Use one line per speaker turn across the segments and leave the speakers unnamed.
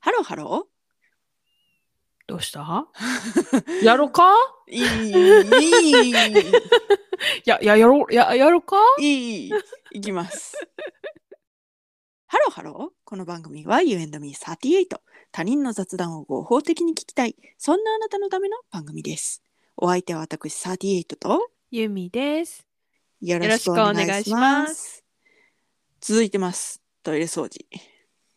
ハローハロ
どうした やろか
ーいい、い
や、や、やろ、や、やろか
い、いい、いきます。ハローハロー。この番組は You and me38。他人の雑談を合法的に聞きたい。そんなあなたのための番組です。お相手は私38と
ゆみです。
よろしくお願いし
よろしくお願
ま。
いします
続いてます。トイレ掃除。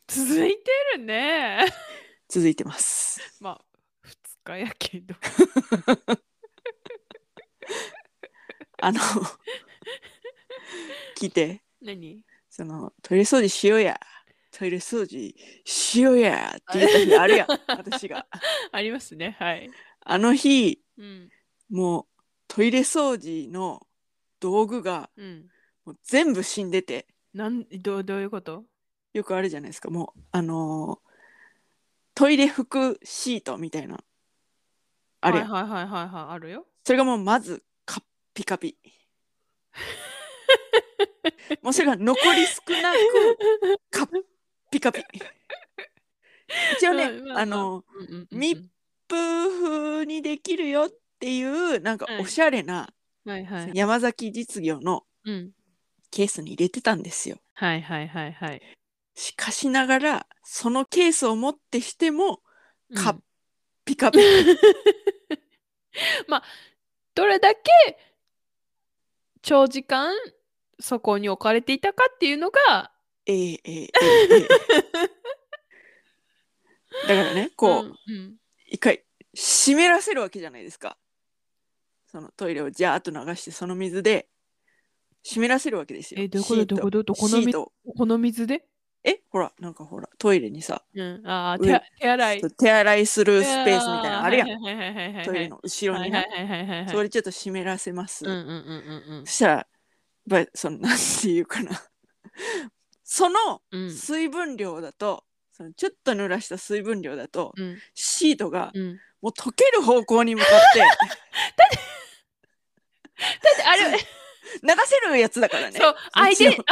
続いてるね。
続いてます。
まあ、二日やけど。
あの、聞いて。
何
そのトイレ掃除しようやトイレ掃除しようやって言った日あるやん私が
ありますね。はい。
あの日
うん。
もうトイレ掃除の道具が
うん。
もう全部死んでて
なん、どう、どういうこと
よくあるじゃないですかもうあのートイレ服シートみたいなあれ、
はいはいはいはいはい、あるよ。
それがもうまずカッピカ ピもうそれが残り少なくカッピカピ一応ね、
うんまあまあ
あのー
うんうんうんうん
密プ風にできるよっていうなんか
はい
おしゃれな
はいはい。
山崎実業の
うん。
ケースに入れてたんですよ。
はいはいはいはい。
しかしながらそのケースを持ってしても
うん
カッピカピ、
どれだけ長時間そこに置かれていたかっていうのが、
ええええええええだからねこう、
うんうん
一回湿らせるわけじゃないですか。そのトイレをジャーっと流してその水で湿らせるわけですよ。
えどういうこと
シート
どういうことどこの
シートを
この水で、
えほらなんかほらトイレにさ
うん、あー
上
手手洗い
そう手洗いするスペースみたいなのあるやん、
ん
トイレの後ろにな、
はいはいはいはいはいはい
それちょっと湿らせます、
うんうんうん
そしたらやっぱりそのなんていうかな その
うんうん
水分量だと、そのちょっと濡らした水分量だと
うん
シートが
うん、
もう溶ける方向に向かって
あれ、
流 せるやつだからね
そうアイデンアイデン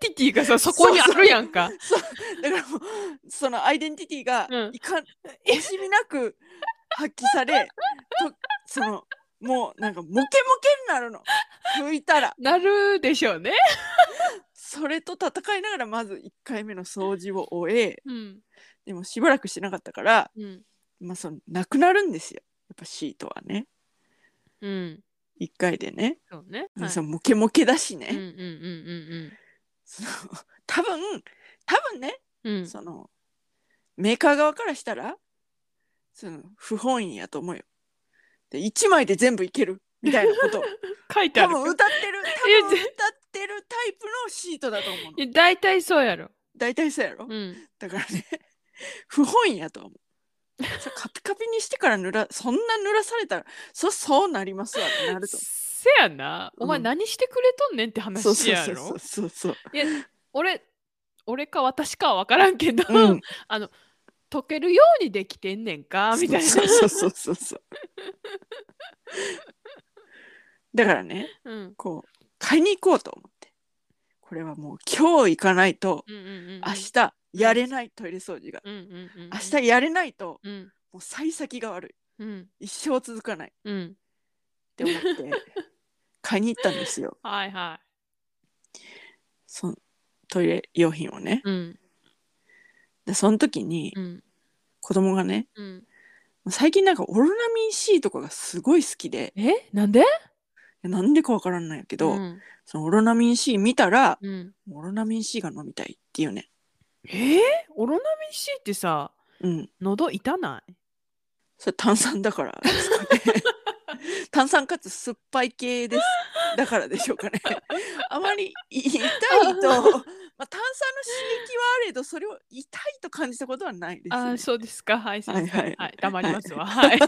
ティティがさそこにあるやんか
そうだからもうそのアイデンティティが
うん
いかん、惜しみなく発揮されとそのもうなんかモケモケになるの拭いたら
なるでしょうね、
それと戦いながらまず1回目の掃除を終え
うん
でもしばらくしてなかったから
うん
まあそのなくなるんですよやっぱシートはね
うん、
1回でね、
そうね、
もう
はい
そのモケモケだしね、
うんうんうん
その 多分多分ね、
うんうんうん
そのメーカー側からしたらその不本意やと思うよで1枚で全部いけるみたいなことを
書 いてあ
多
る
分歌ってる
い
多
や
分歌ってるタイプのシートだと思うの
いや大体そうやろ、
大体そうやろ、
うん、
だからね 不本意やとは思うそれカピカピにしてから濡らそんな濡らされたらそそうなりますわってなると思
せやなお前
うん
何してくれとんねんって
う
話
そうそう
やろ、
そうそうそう
いや俺俺か私かは分からんけど、
うん
溶けるようにできてんねんかみたいな
そうそうそうそうそうだからね
うん
こう買いに行こうと思ってこれはもう今日行かないと
うんうんうん
明日やれないトイレ掃除が
うんうんうんうん
明日やれないと
うん
もう幸先が悪
うん
い一生続かないっ
うん
て思って買いに行ったんですよ
はいは
そのトイレ用品をね、
いうん
でその時に
うん
子供がね
うん
最近なんかオロナミン C とかがすごい好きで
えなんで
なんでかわからんないけど、
うん
そのオロナミン C 見たら
うん、
オロナミン C が飲みたいっていうね
えー、オロナミン C ってさ
うん
喉痛ない
それ炭酸だからですか ね炭酸かつ酸っぱい系ですだからでしょうかねあまり痛 いと、まあ、炭酸の刺激はあれどそれを痛いと感じたことはないです、ね、
あーそうですかはいすいません
はいはい
はい、黙りますわはい、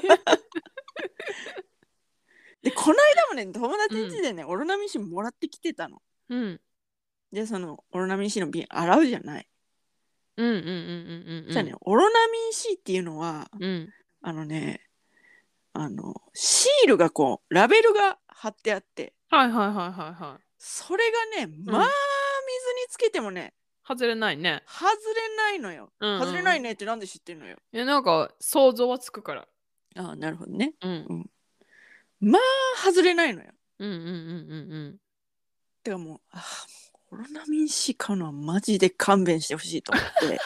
でこの間もね友達ん家でね、オロナミン C もらってきてたの
うん
でそのオロナミン C の瓶洗うじゃない。
うんうんうんうんうん
じゃあねオロナミン C っていうのは
うん
あのねあのシールがこうラベルが貼ってあって
はいはいはいはいはい
それがねまあ水につけてもね
外れないね。
外れないのよ。
うんうん
外れないねってなんで知ってんのよ。
いやなんか想像はつくから。
ああ、なるほどね。
うん。
まあ、外れないのよ。
うんうんうんうんうん。
てかもう、あーオロナミン C 買うのはマジで勘弁してほしいと思って。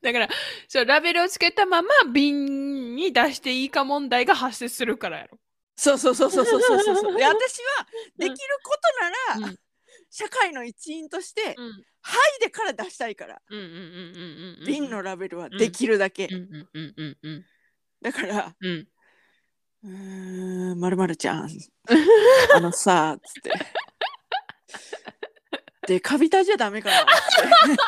だからそうラベルをつけたまま瓶に出していいか問題が発生するからやろ。
そうそうそうそうそうそうそうそう。で、私はできることなら、
うん
社会の一員として、
うん
はいでから出したいから、
うんうんうんうんうん。
瓶のラベルはできるだけ。
うんうんうんうんうん
だから、
うん。
うーん、まるまるち ゃん。あのさ、つって。で、カビタじゃダメかなって。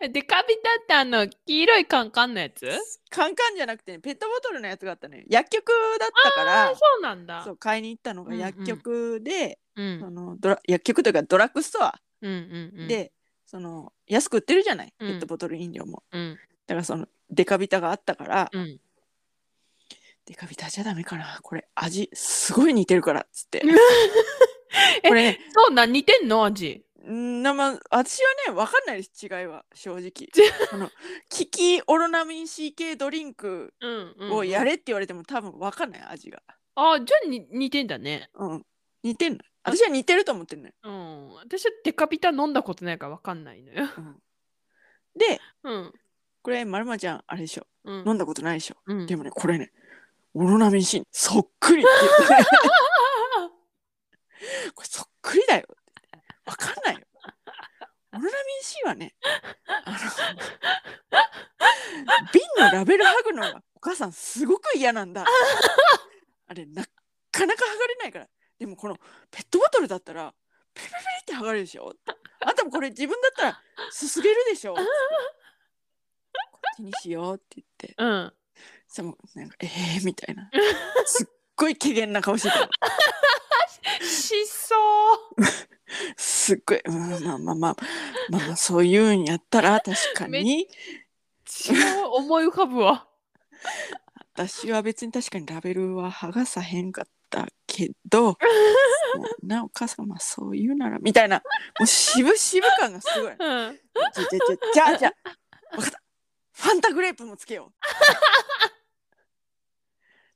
デカビタってあの黄色いカンカンのやつ
カンカンじゃなくてね、ペットボトルのやつがあったのよ。薬局だったか
あ
ら。
そうなんだ。
そう買いに行ったのが
うんうん
薬局で、
うんうん
そのドラ薬局というかドラッグストア
うんうん。、
で、その安く売ってるじゃない、
うん
ペットボトル飲料も
うん
だからそのデカビタがあったから、
うん。
デカビタじゃダメかなこれ味すごい似てるからっつって
え
これね
そうなん似てんの味。
うんなまあ私はね分かんないです違いは正直あのキキオロナミン C 系ドリンク
うんうん。
をやれって言われても多分分かんない味が、
あじゃあに似てんだね。
うん、似てんの私は似てると思ってんのよ、
うん。私はデカビタ飲んだことないからわかんないのよ。
うん、で
うん。
これまるまちゃんあれでしょ
うん
飲んだことないでしょ
うん
でもね、これね、オロナミン C にそっくりって言ってねこれそっくりだよって。わかんないよ。オロナミン C はね、あの、瓶のラベル剥ぐのがお母さんすごく嫌なんだ。あれ、なかなか剥がれないから。でもこのペットボトルだったら、ペリペリペリって剥がれるでしょあんたもこれ自分だったらすすげるでしょこっちにしようって言って。
うん。
そのなんかえー、みたいなすっごい機嫌な顔してたの
しそう。
すっごい、うん、まあまあまあまあまあそういうんやったら確かに
違う思い浮かぶわ。
私は別に確かにラベルは剥がさへんかったけどそうなお母さんまあそう言うならみたいなもう渋々感がすごい
うん。
じゃじゃじゃじゃあじゃあ分かったファンタグレープもつけよう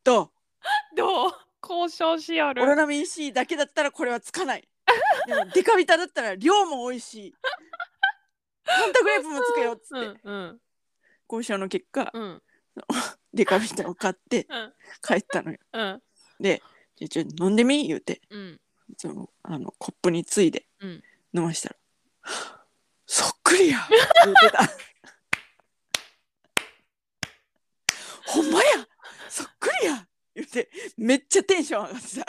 どう
どう交渉しよる
オ。ロナミン C だけだったらこれはつかないでもデカビタだったら量も多いしハンタグレープもつけようっつ
う
って
んうん
交渉の結果
うん
デカビタを買って
うん
帰ったのよ
うん
で「じゃあちょっと飲んでみ?」言うて
うん
そのあのコップについで
うん
飲ましたら「そっくりや!」言うてたほんまやそっくりや言うてめっちゃテンション上がってた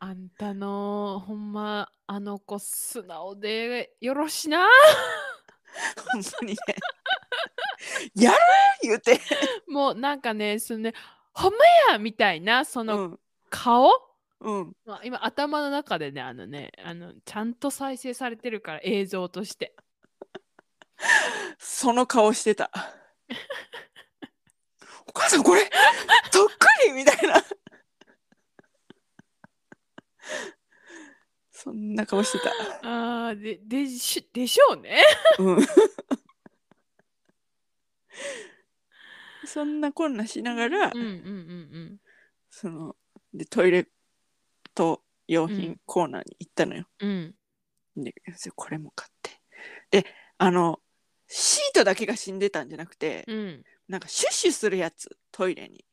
あんたのほんまあの子素直でよろしな
本当にね。やる言うて。
もうなんかねそのねほんまやみたいなそうの
ん。
顔、
うん。
まあ今頭の中でねあのねあのちゃんと再生されてるから映像として
その顔してた。お母さんこれ、とっくりみたいな。そんな顔してた。
あーででしでしょうね
うん。そんなこんなしながら、
うんうんうん
その、で、トイレと用
う
品
ん
コーナーに行ったのよ。
うんうん
でこれも買ってであのシートだけが死んでたんじゃなくて、
うん
なんかシュッシュするやつトイレに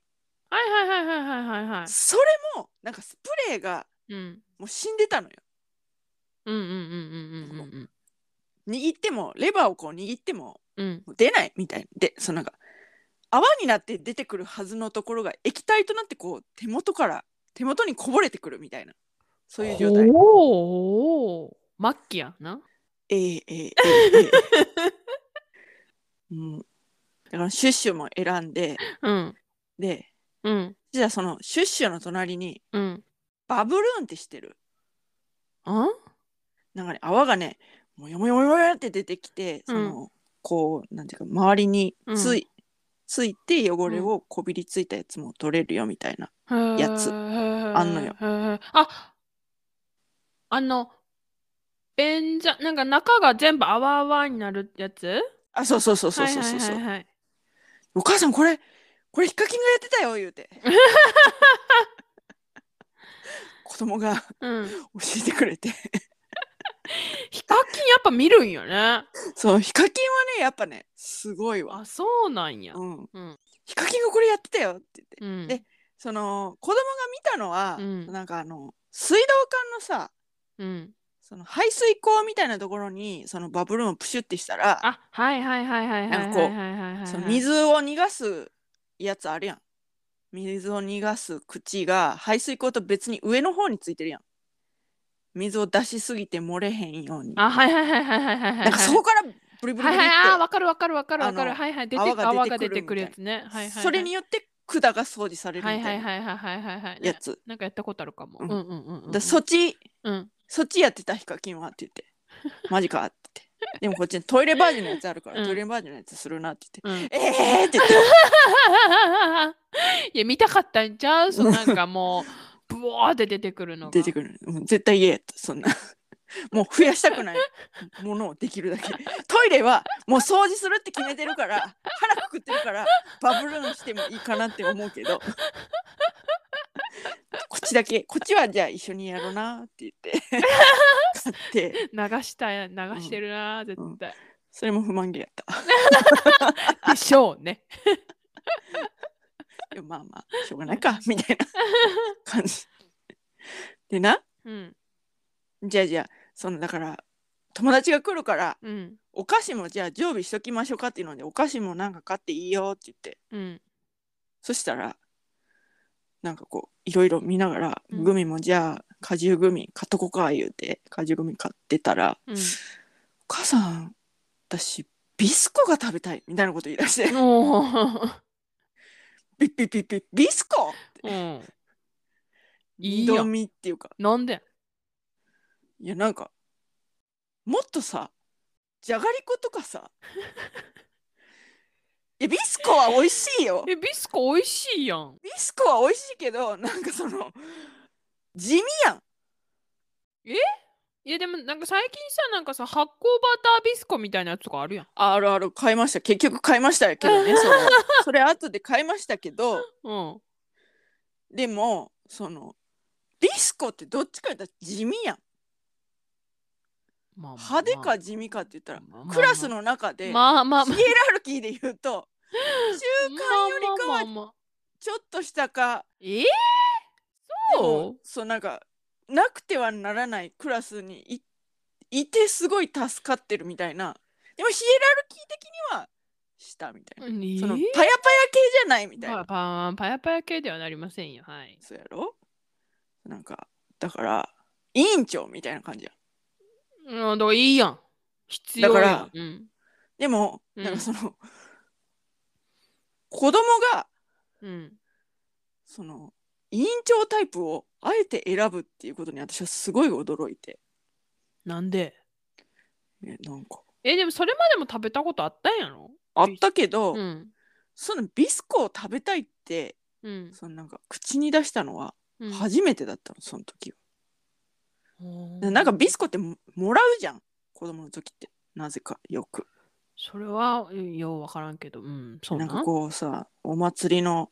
はいはいはいはいはいはいは
それもなんかスプレーが
いうん
もう死んでたのよ
うんうんうんうんうんうん
握ってもレバーをこう握っても
うん
もう出ないみたいなでそのなんか泡になって出てくるはずのところが液体となってこう手元から手元にこぼれてくるみたいなそういう状態
おお末期やな。
ええええええええ うんだからシュッシュも選んで
うん
で
うん
じゃあそのシュッシュの隣に
うん。
バブルーンってしてる
あ？
なんかね泡がねもよもよもよもよって出てきてその、こうなんていうか周りについ、ついて汚れをこびりついたやつも取れるよみたいなやつ
へー
あんのよ。
へーあ、あの、便座、なんか中が全部泡泡になるやつ
あそうそうそうそうそうそう、
はいはいはいはい
お母さんこれこれヒカキンがやってたよ言う て子供が
うん。
教えてくれて
ヒカキンやっぱ見るんよね。
そうヒカキンはねやっぱねすごいわ、
あ、そうなんや。
うん
うん
ヒカキンがこれやってたよって言って
うん。
でその子供が見たのは、
うん
なんかあの水道管のさ
うん。
その排水口みたいなところにそのバブルーンをプシュってしたら
あ、はいはいはいはいはいはい
なんか
は
こ
い
う
はいはいはい。
その水を逃がすやつあるやん水を逃がす口が排水口と別に上の方についてるやん水を出しすぎて漏れへんように
あ、はいはいはいはいはいはいはい。
なんかそこからブリブリブ
はい
リっ
はい
て、
あー、わかるわかるわかるわかる。
あの
はいはい。出てく
泡
泡
が
が
出
出
て
て
く
く
るみ
るや
た
つね。はいはいはい。
それによって管が掃除されるみ
はい
た
はいい
な
はいはいはいはいはい。
や
ね
つ、
なんかやったことあるかも。
う
うんんうんうんうん。
だそっち
うん。
そっちやってたヒカキンはって言 って「マジか」って言ってでもこっちにトイレバージョンのやつあるから、
うん
トイレバージョンのやつするなって
うん。
言って「ええー!」って言って
いや見たかったんちゃうそのなんかもうブワーって出てくるのが
出てくるもう絶対言えとそんな もう増やしたくないものをできるだけトイレはもう掃除するって決めてるから腹くくってるからバブルーンしてもいいかなって思うけどこっちだけこっちはじゃあ一緒にやろうなって言って買って
流した流してるな、絶対、
それも不満げやった
でしょうね
でもまあまあしょうがないかみたいな感じでな
うん
じゃあじゃあそのだから友達が来るから
うん
お菓子もじゃあ常備しときましょうかっていうのでお菓子もなんか買っていいよって言って
うん
そしたらなんかこういろいろ見ながら、
うん
グミもじゃあ果汁グミ買っとこうか言うて果汁グミ買ってたら「
うん
お母さん私ビスコが食べたい」みたいなこと言い出して
おー
「ビッビッビッビッビスコ!」って
うんいい
挑
よ
みっていうか
なんで
いやなんかもっとさじゃがりことか さいやビスコは美味しいよ
えビスコ美味しいやん
ビスコは美味しいけどなんかその地味やん
いやでもなんか最近さなんかさ発酵バタービスコみたいなやつとかあるやん
あるある買いました結局買いましたけど ねそれそれ後で買いましたけど
うん
でもそのビスコってどっちか言ったら地味やん
まあまあまあ
派手か地味かって言ったら
まあまあまあ
クラスの中でヒエラ
まあまあまあまあ
ルキーで言うと中間よりか
ま
は
あまあまあ
ちょっとしたか
え
で
ー、
も
そう
そうなんかなくてはならないクラスにいいてすごい助かってるみたいなでもヒエラルキー的にはしたみたいな、
何
そのパヤパヤ系じゃないみたいな、
パパパヤパヤ系ではなりませんよ。はい。
そうやろなんかだから委員長みたいな感じや
うん、だからいいやん。必要や
だ
ん
から
うん。
でも、
うん
なんかその子供が
うん。
その委員長タイプをあえて選ぶっていうことに私はすごい驚いて
なんで
ねなんか
え、でもそれまでも食べたことあったんやろ
あったけど、
うん。
そのビスコを食べたいって
うん。
そのなんか口に出したのは
うん
初めてだったの、その時は。
う
で
ん
なんかビスコってももらうじゃん子供の時ってなぜかよく。
それはうんようわからんけど、うん。そう
な
なんん
かこうさお祭りの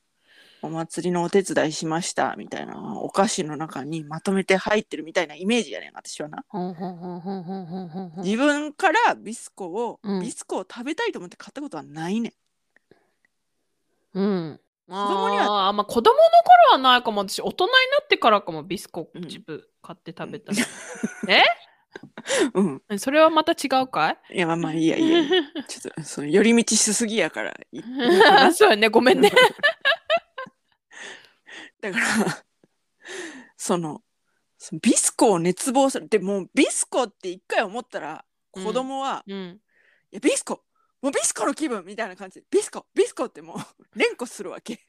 お祭りのお手伝いしましたみたいなお菓子の中にまとめて入ってるみたいなイメージやねん私はな。
ほんほんほんほんほんほんほんほん
自分からビスコを、
うん
ビスコを食べたいと思って買ったことはないねん。
うん。子
供には
あーまあ子供の頃はないかも私大人になってからかもビスコ
うん
チップ買って食べた、
うん。
えそれはまた違うかい
いやまあまあいいやいいやいいや。ちょっとその寄り道しすぎやからいいいいかな
そうやねごめんね
だからそのそのビスコを熱望するでもうビスコって一回思ったら
うん
子供は、
うん
いやビスコもうビスコの気分みたいな感じでビスコビスコってもう 連呼するわけ。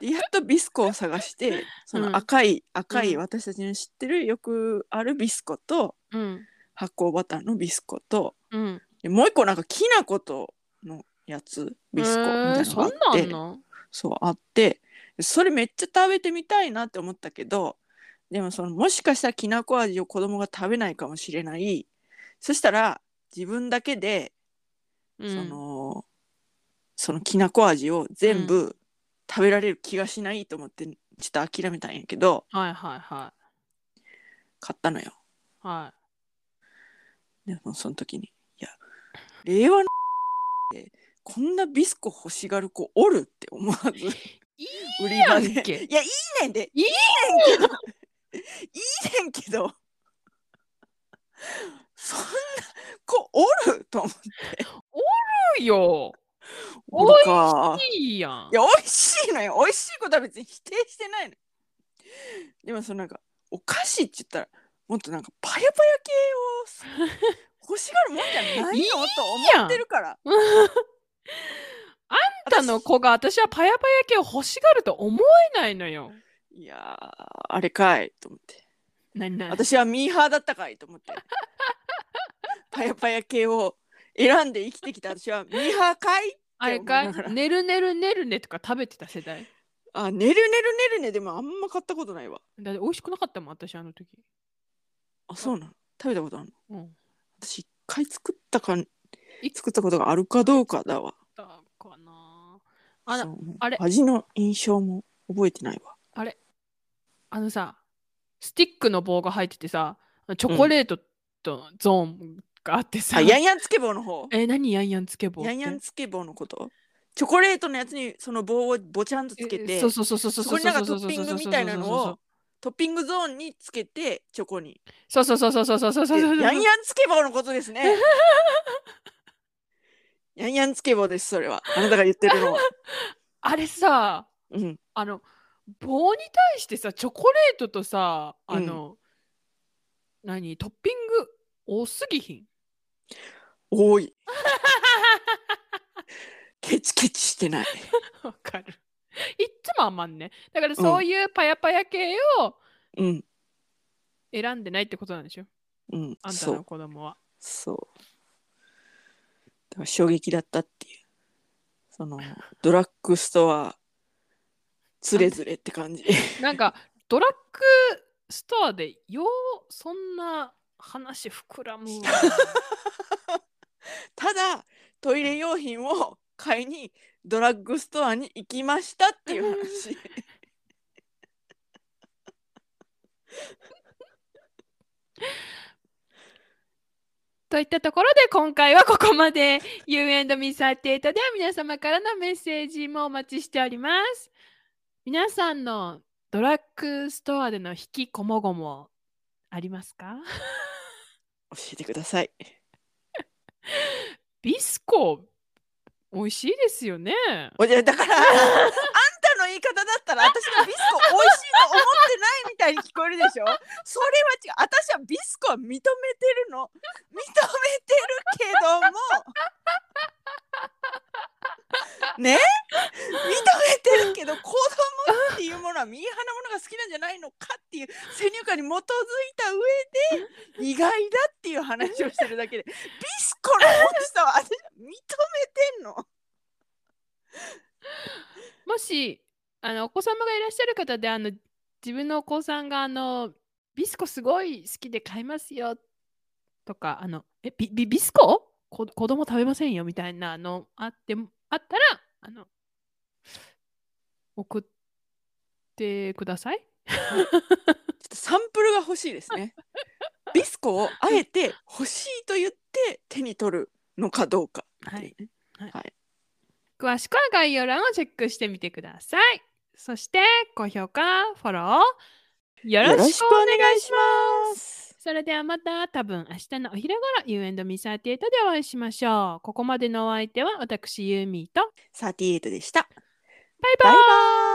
でやっとビスコを探してそうの
ん
赤い、赤い
うん
私たちの知ってるよくあるビスコと
うん
発酵バターのビスコと
うん
でもう一個なんかきな粉とのやつビスコみたいなのがあって
えーそんなんあんの
そうあってそれめっちゃ食べてみたいなって思ったけどでもそのもしかしたらきなこ味を子供が食べないかもしれないそしたら自分だけで
うん、
そのそのきなこ味を全部食べられる気がしないと思ってちょっと諦めたんやけど
はいはいは
買ったのよ
いは
でもその時に「いや令和のってこんなビスコ欲しがる子おる?」って思わず
い。い
売
い
り
や
場
ん
で「
け。
いやいいねんで
いい
ねんけどいいねんけど そんな子おる?」と思って
いいよ。
「
おい
か
いいやん。
いや美味しいのよ美味しいことは別に否定してないのでもそのなんかお菓子って言ったらもっとなんかパヤパ ヤ系を欲しがるもんじゃない
いい
よ
や
と思ってるから
あんたの子が私はパヤパヤ系を欲しがると思えないのよ。
いやーあれかいと思って
何何
私はミーハーだったかいと思 ってパヤパヤ系を選んで生きてきた私はミーハーかい
あれ
思い
か
ながら
ねるねるねるねとか食べてた世代。
あ寝る寝る寝るねでもあんま買ったことないわ
だって美味しくなかったもん私あの時。
あそうなの食べたことあるの
うん。
私一回作ったか
い
作ったことがあるかどうかだわ
だかな。あ
そ
の
うもう
あれ
味の印象も覚えてないわ
あれあのさスティックの棒が入っててさチョコレートとゾーンがあって さ、
あヤンヤンつけ棒の方
え何ヤンヤンつけ棒っ て
ヤンヤンつけ棒のことチョコレートのやつにその棒をぼちゃんとつけ
え
て
そうそうそうそうそう
そこになんかトッピングみたいなのをトッピングゾーンにつけてチョコに
そうそうそうそうそうそうそうそう
で
そう
ヤンヤンつけ棒のことです ねヤンヤンつけ棒ですそれはあなたが言ってるのは
あれさ
うん
あの棒に対してさチョコレートとさあの、何トッピング多すぎひん
多 いケチケチしてない
わかるいっつも余んねだからそういうパヤパヤ系を
うん
選んでないってことなんでしょ、
うん
あんた
そ
の
う
子供は
そうだから衝撃だったっていうそのドラッグストアつれづれって感じ
なんかドラッグストアでようそんな話膨らむわ
ただトイレ用品を買いにドラッグストアに行きましたっていう 話
といったところで今回はここまで You and me サテータでは皆様からのメッセージもお待ちしております皆さんのドラッグストアでの引きこもごもありますか
教えてください
ビスコ美味しいですよね
おじゃだからあんたの言い方だったら私がビスコ美味しいと思ってないみたいに聞こえるでしょそれは違う私はビスコは認めてるの認めてるけどもね認めてるけど子供っていうものはミーハーなものが好きなんじゃないのかっていう先入観に基づいた上で意外だっていう話をしてるだけでビスコの美味しさは私は認めてんの
もしあのお子様がいらっしゃる方であの自分のお子さんがあのビスコすごい好きで買いますよとかあのえビビビスコこ子供食べませんよみたいなのあってもあったらあの送ってください。
ちょっとサンプルが欲しいですね。ビスコをあえて欲しいと言って手に取るのかどうかっていうね。
詳しくは概要欄をチェックしてみてください。そして高評価フォローよろしくお願いします。
す。
それではまた多分明日のお昼ごろ You and Me38 でお会いしましょう。ここまでのお相手は私ユーミーと
38でした。
バイ
バ
バ
イ
イ
バイ。